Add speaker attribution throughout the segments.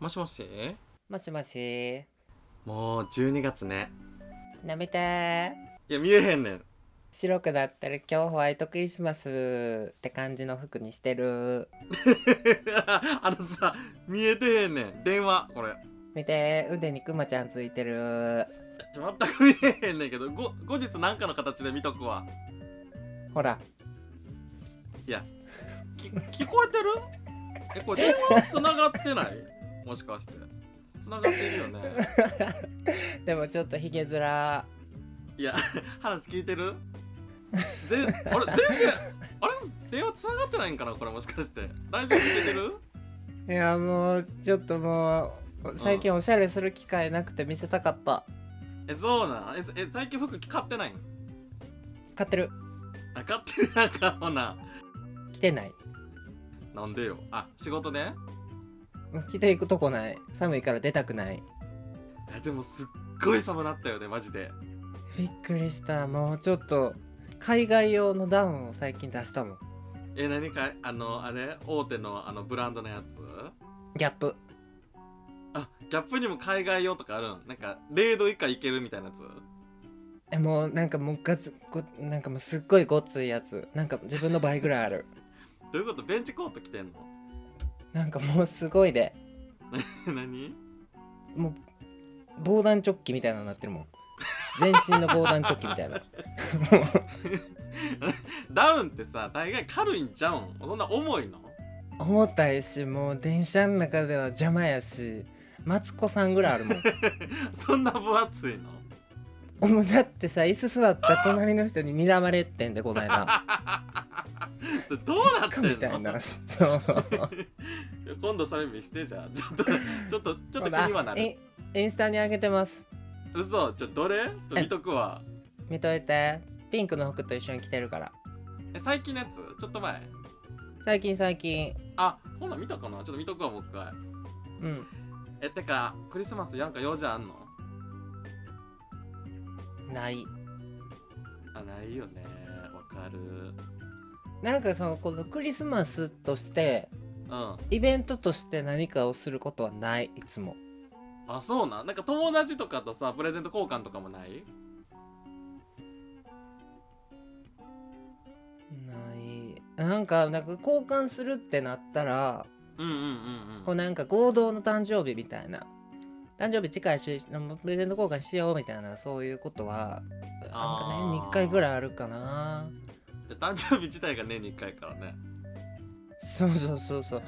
Speaker 1: もしもし
Speaker 2: もしもし。
Speaker 1: もう12月ね
Speaker 2: なめて
Speaker 1: いや見えへんね ん
Speaker 2: 白くなったら今日ホワイトクリスマスって感じの服にしてる。
Speaker 1: あのさ見えてへんねん電話これ
Speaker 2: 見て、腕にクマちゃんついてる。
Speaker 1: 全く見えへんねんけどご後日なんかの形で見とくわ
Speaker 2: ほら、
Speaker 1: き聞こえてるえこれ電話つながってないもしかしてつながってるよね
Speaker 2: でもちょっとヒゲ面。
Speaker 1: いや話聞いてるぜあれ全然あれ電話つながってないんかなこれもしかして大丈夫聞けてる
Speaker 2: いや、もう、ちょっともう、最近おしゃれする機会なくて見せたかった。
Speaker 1: えそうなんええ最近服買ってないん
Speaker 2: 買ってる。
Speaker 1: あ買ってるなんかほな
Speaker 2: 着てない。
Speaker 1: なんでよあ仕事で、ね
Speaker 2: もう着ていくとこない。寒いから出たくない。
Speaker 1: えでもすっごい寒なったよねマジで
Speaker 2: びっくりした。もうちょっと、海外用のダウンを最近出したもん。
Speaker 1: え何かあのあれ大手のあのブランドのやつ
Speaker 2: ギャップ。
Speaker 1: あギャップにも海外用とかあるんなんか0度以下いけるみたいなやつ
Speaker 2: えもうなんかもうガツごなんかもうすっごいごっついやつなんか自分の倍ぐらいある
Speaker 1: どういうことベンチコート着てんの
Speaker 2: なんかもうすごいで
Speaker 1: 何
Speaker 2: もう防弾チョッキみたいなのになってるもん全身の防弾チョッキみたいなも
Speaker 1: ダウンってさ大概軽いんちゃうんそんな重いの
Speaker 2: う重たいしもう電車の中では邪魔やしマツコさんぐらいあるもん
Speaker 1: そんな分厚いの
Speaker 2: おもうだってさ椅子座った隣の人に睨まれてんでこの間
Speaker 1: どうなってんの
Speaker 2: みたいなそう
Speaker 1: 今度それ見してじゃあ ちょっとちょっとちょっと気にはなる
Speaker 2: インインスタに上げてます
Speaker 1: 嘘ちょどれちょっと見とくわ
Speaker 2: 見といてピンクの服と一緒に着てるから
Speaker 1: え最近のやつちょっと前
Speaker 2: 最近最近
Speaker 1: あほな見たかなちょっと見とくわもう一回
Speaker 2: うん
Speaker 1: えてかクリスマスなんか用事あんの
Speaker 2: ない
Speaker 1: あないよねわかる
Speaker 2: なんかそのこのクリスマスとして
Speaker 1: うん
Speaker 2: イベントとして何かをすることはないいつも
Speaker 1: あそうなんなんか友達とかとさプレゼント交換とかもない
Speaker 2: ないなんかなんか交換するってなったら
Speaker 1: うんうんうん
Speaker 2: こうなんか合同の誕生日みたいな誕生日近いしもうプレゼント交換しようみたいなそういうことはなんか
Speaker 1: あ
Speaker 2: ね
Speaker 1: ー
Speaker 2: 1回ぐらいあるかな
Speaker 1: うんで誕生日自体が年に1回からね
Speaker 2: そうそうそうそう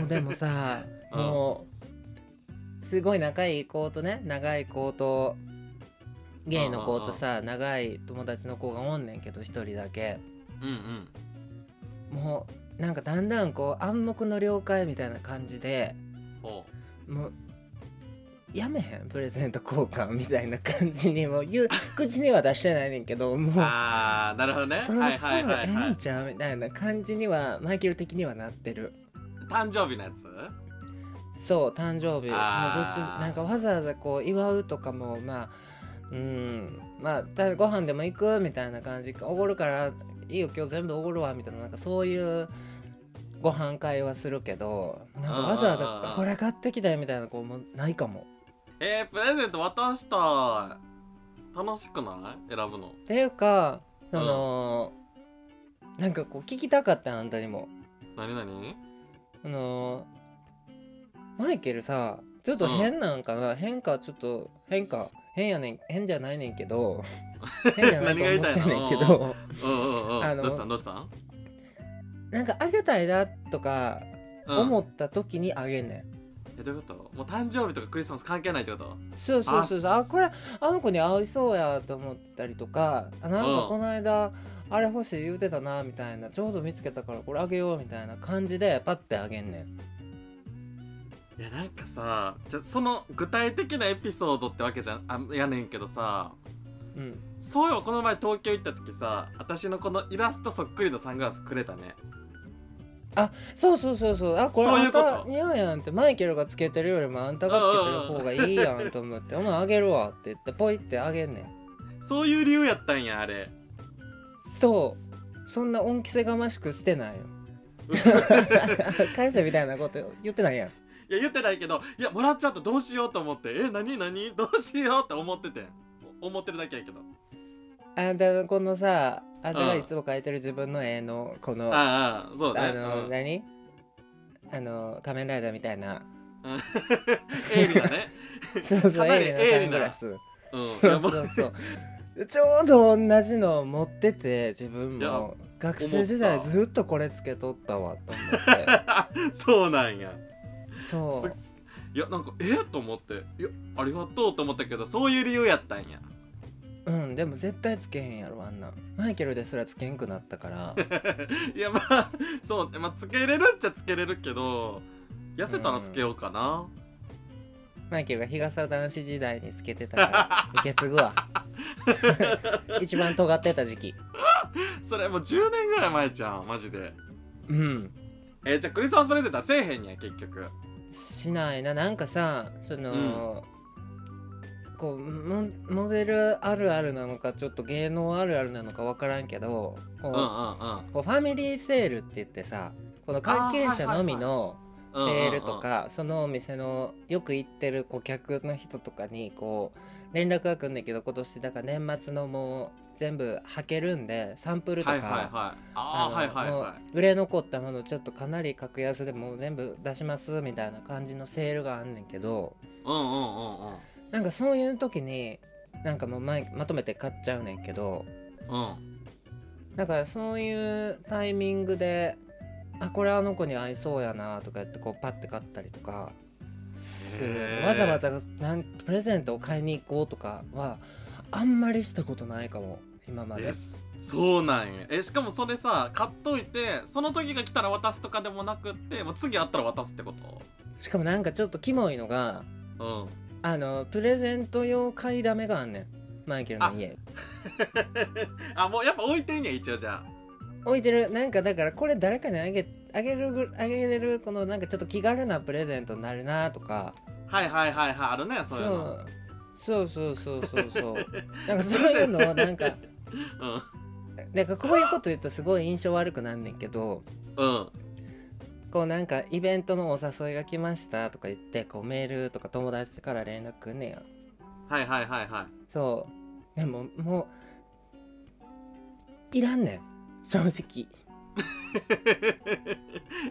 Speaker 2: もうでもさ
Speaker 1: うん
Speaker 2: もうすごい仲いい子とね長い子とゲイの子とさ長い友達の子がおんねんけど一人だけ
Speaker 1: うんうん
Speaker 2: もうなんかだんだんこう暗黙の了解みたいな感じで
Speaker 1: ほ
Speaker 2: もうやめへんプレゼント交換みたいな感じにもう 言う口には出してないねんけど
Speaker 1: う
Speaker 2: もう
Speaker 1: あーなるほどね
Speaker 2: それ
Speaker 1: は
Speaker 2: はいそ
Speaker 1: は
Speaker 2: う
Speaker 1: いはい
Speaker 2: え
Speaker 1: は
Speaker 2: えん
Speaker 1: い
Speaker 2: ちゃうみたいな感じにはマイケル的にはなってる。
Speaker 1: 誕生日のやつ
Speaker 2: そう誕生日もう別に
Speaker 1: あー
Speaker 2: なんかわざわざこう祝うとかもまあうんまあたご飯でも行くみたいな感じおごるからいいよ今日全部おごるわみたいななんかそういうご飯会はするけどなんかわざ
Speaker 1: あーあ
Speaker 2: わ
Speaker 1: ーあ
Speaker 2: ざ
Speaker 1: ー
Speaker 2: これ買ってきたよみたいなこうもうないかも。
Speaker 1: えー、プレゼント渡したい楽しくない選ぶの
Speaker 2: っていうかその、なんかこう聞きたかったあんたにも。
Speaker 1: 何何
Speaker 2: あのマイケルさちょっと変なんかな、変かちょっと変か変やねん変じゃないねんけど 変じゃないと思ってんねんけ
Speaker 1: 何が言いたいの
Speaker 2: ど
Speaker 1: うんうんうん、
Speaker 2: あの
Speaker 1: どうしたんどうしたん
Speaker 2: なんかあげたいなとか
Speaker 1: うん
Speaker 2: 思った時にあげんね
Speaker 1: えどういうこともう誕生日とかクリスマス関係ないってこと
Speaker 2: ん、そうそうそうそう
Speaker 1: あ
Speaker 2: あこれあの子に合いそうやと思ったりとかあなんか
Speaker 1: うん
Speaker 2: この間、あれ欲しい言うてたなみたいなちょうど見つけたからこれあげようみたいな感じでパッてあげんねん
Speaker 1: いやなんかさじゃその具体的なエピソードってわけじゃんあやねんけどさ
Speaker 2: うん
Speaker 1: そういえばこの前東京行った時さ私のこのイラストそっくりのサングラスくれたね
Speaker 2: そうそうそうそうあこれ
Speaker 1: そうい
Speaker 2: あ
Speaker 1: うんこと
Speaker 2: た似合うやんってマイケルがつけてるよりもあんたがつけてる方がいいやんと思 って「お前あげるわ」って言ってポイってあげんねん
Speaker 1: そういう理由やったんやあ れ
Speaker 2: そうそんな 恩着せがましくしてないよ返せみたいなこと言ってないやん
Speaker 1: いや言ってないけどいやもらっちゃうとどうしようと思ってえ何何どうしようって思ってて思ってるだけやけど
Speaker 2: あんたこのさあんたが
Speaker 1: うん
Speaker 2: いつも描いてる自分の絵のこのあ
Speaker 1: ああああそうね
Speaker 2: の
Speaker 1: うん
Speaker 2: 何あの仮面ライダーみた いな
Speaker 1: うん鋭利だね
Speaker 2: そうそう
Speaker 1: かなり
Speaker 2: 鋭
Speaker 1: 鋭利
Speaker 2: 利なサ
Speaker 1: な
Speaker 2: ングラス
Speaker 1: うんい
Speaker 2: そ
Speaker 1: や
Speaker 2: う
Speaker 1: も
Speaker 2: そうそう ちょうど同じのを持ってて自分
Speaker 1: いや
Speaker 2: も学生時代
Speaker 1: 思った
Speaker 2: ずっとこれつけとったわと思って
Speaker 1: うそうなんや
Speaker 2: そ
Speaker 1: す
Speaker 2: う
Speaker 1: いやなんかえっと思っていやありがとうと思ったけどそういう理由やったんや
Speaker 2: うんでも絶対つけへんやろあんなんマイケルですらつけんくなったから
Speaker 1: いやまあそうねまあつけれるっちゃつけれるけど痩せたらつけようかな、
Speaker 2: マイケルが日傘男子時代につけて たから受け継ぐわ一番尖ってた時期
Speaker 1: それもう10年ぐらい前じゃんマジで
Speaker 2: うん
Speaker 1: えーじゃあクリスマスプレゼントはせえへんねや結局
Speaker 2: しないななんかさその、こうモモデルあるあるなのかちょっと芸能あるあるなのか分からんけどこう、
Speaker 1: うんうんうん
Speaker 2: こうファミリーセールって言ってさこの関係者のみのセ
Speaker 1: うんうんうん
Speaker 2: ールとかそのお店のよく行ってる顧客の人とかにこう連絡が来るんだけど今年だから年末のもう全部履けるんでサンプルとか、
Speaker 1: はいはいはいあ
Speaker 2: あ
Speaker 1: あ
Speaker 2: の
Speaker 1: はいはい
Speaker 2: も
Speaker 1: は
Speaker 2: う売れ残ったものちょっとかなり格安でもう全部出しますみたいな感じのセールがあんねんけど
Speaker 1: いうんうんうんうん
Speaker 2: なんかそういう時になんかもうままとめて買っちゃうねんけど
Speaker 1: うん
Speaker 2: だからそういうタイミングであこれあの子に合いそうやなとか言ってこうパッて買ったりとかする
Speaker 1: へー
Speaker 2: わざわざなんプレゼントを買いに行こうとかはあんまりしたことないかも今まで
Speaker 1: えすそうなんやえしかもそれさ買っといてその時が来たら渡すとかでもなくってもう次あったら渡すってこ
Speaker 2: しかもなんかちょっとキモいのが
Speaker 1: と
Speaker 2: あのプレゼント用買いだめがあんねんマイケルの家
Speaker 1: うん あもうやっぱ置いてんねや一応じゃ
Speaker 2: 置いてるなんかだからこれ誰かにあげあげるぐあげれるこのなんかちょっと気軽なプレゼントになるなとか
Speaker 1: あはいはいはいはいあるねそういうの
Speaker 2: そうそうそうそうそうそう なんかそういうのをなんか
Speaker 1: うん
Speaker 2: なんかこういうこと言うとすごい印象悪くなんねんけど
Speaker 1: うん
Speaker 2: こうなんかイベントのお誘いが来ましたとか言ってこうメールとか友達から連絡くんねや
Speaker 1: はいはいはいはい
Speaker 2: そうでももういらんねん正直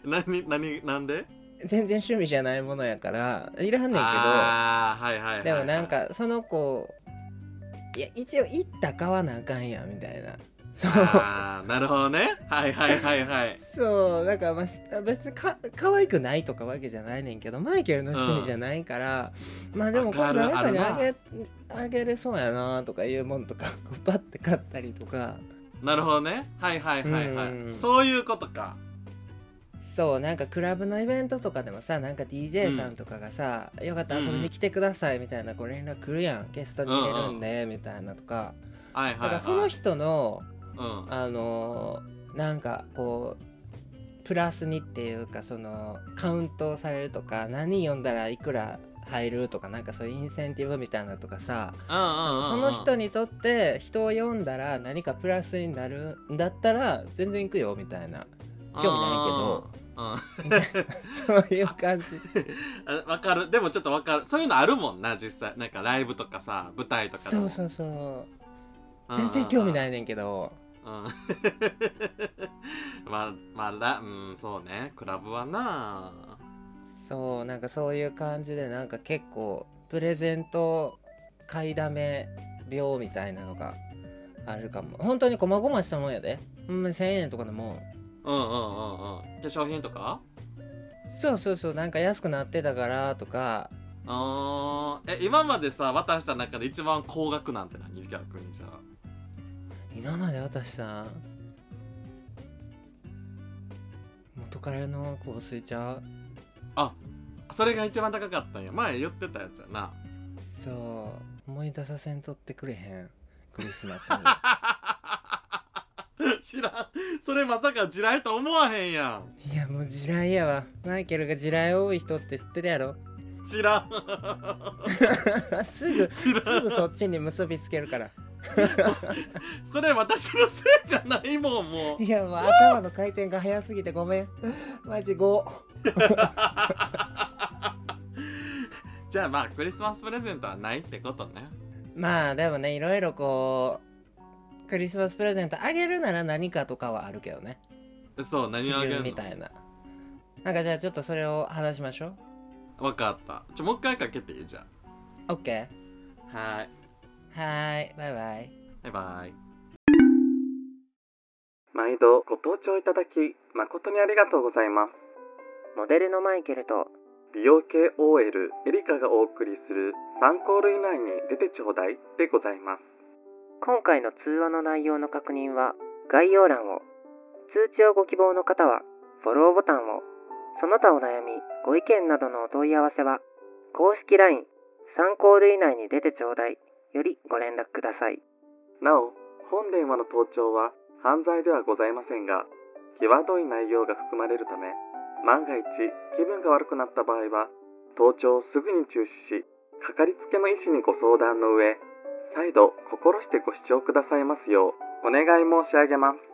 Speaker 1: 何何なんで
Speaker 2: 全然趣味じゃないものやからいらんねんけど
Speaker 1: ああはいはいはいはい
Speaker 2: でもなんかその子いや一応行ったかはなあかんやみたいなそう
Speaker 1: ああなるほどねはいはいはいはい
Speaker 2: そうだから、まあ、別にか可愛くないとかわけじゃないねんけどマイケルの趣味じゃないから、まあでもこ
Speaker 1: あ
Speaker 2: れ
Speaker 1: るあ
Speaker 2: 誰
Speaker 1: る
Speaker 2: かにあげあげれそうやなとかいうもんとか こうパッて買ったりとか
Speaker 1: なるほどねはいはいはいは
Speaker 2: う
Speaker 1: い
Speaker 2: ん
Speaker 1: そういうことか
Speaker 2: そうなんかクラブのイベントとかでもさなんか DJ さんとかがさ、よかったら遊びに来てくださいみたいなこう連絡来るやんゲストに出るんでみたいなとか、
Speaker 1: はいは
Speaker 2: だ
Speaker 1: い
Speaker 2: か
Speaker 1: は
Speaker 2: ら
Speaker 1: い
Speaker 2: その人の
Speaker 1: うん
Speaker 2: あのーなんかこうプラスにっていうかそのカウントされるとか何読んだらいくら入るとかなんかそういうインセンティブみたいなのとかさ
Speaker 1: うんうんうんうん
Speaker 2: その人にとって人を読んだら何かプラスになるんだったら全然行くよみたいな興味ないけど
Speaker 1: うんうん
Speaker 2: そういう感じ
Speaker 1: あわかるでもちょっとわかるそういうのあるもんな実際なんかライブとかさ舞台とかで
Speaker 2: そ
Speaker 1: も
Speaker 2: うそうそう
Speaker 1: うんうんう
Speaker 2: 全
Speaker 1: ん
Speaker 2: 然興味ないねんけど
Speaker 1: うん まあまあらうんそうねクラブはな
Speaker 2: そうなんかそういう感じでなんか結構プレゼント買いだめ病みたいなのがあるかも本当にこまごましたもんやでほんまに1000円とかのもん
Speaker 1: うんうんうんうん化粧品とか
Speaker 2: そうそうそうなんか安くなってたからとか
Speaker 1: あーえ今までさ渡した中で一番高額なんて何逆にじゃあ
Speaker 2: 今まで渡したん元彼の香水ちゃう
Speaker 1: それが一番高かったんや前言ってたやつやな
Speaker 2: そう思い出させんとってくれへんクリスマス
Speaker 1: 知らんそれまさか地雷と思わへんやん
Speaker 2: にいやもう地雷やわマイケルが地雷多い人って知ってるやろ
Speaker 1: 知らん
Speaker 2: すぐ
Speaker 1: 知ら
Speaker 2: すぐ
Speaker 1: ん
Speaker 2: そっちに結びつける から
Speaker 1: それ私のせいじゃないもんもう
Speaker 2: いやもう頭の回転が早すぎてごめんマジ5
Speaker 1: じゃあまあクリスマスプレゼントはないってことね
Speaker 2: まあでもねいろいろこうクリスマスプレゼントあげるなら何かとかはあるけどね
Speaker 1: そう
Speaker 2: 基
Speaker 1: 何をあげ
Speaker 2: 準
Speaker 1: る
Speaker 2: みた
Speaker 1: の
Speaker 2: いななんかじゃあちょっとそれを話しましょ
Speaker 1: わかったちょもう一回かけていいじゃん
Speaker 2: う OK
Speaker 1: はーい
Speaker 2: はーいバイバイ
Speaker 1: バイバイ
Speaker 3: 毎度ご登聴いただき誠にありがとうございます
Speaker 2: モデルのマイケルと
Speaker 3: 美容系 OL エリカがお送りする参考類以内に出てちょうだいでございます
Speaker 2: 今回の通話の内容の確認は概要欄を通知をご希望の方はフォローボタンをその他お悩みご意見などのお問い合わせは公式 LINE 参考類内に出てちょうだいよりご連絡ください
Speaker 3: なお本電話の盗聴は犯罪ではございませんが際どい内容が含まれるため万が一気分が悪くなった場合は盗聴をすぐに中止しかかりつけの医師にご相談の上再度心してご視聴くださいますようお願い申し上げます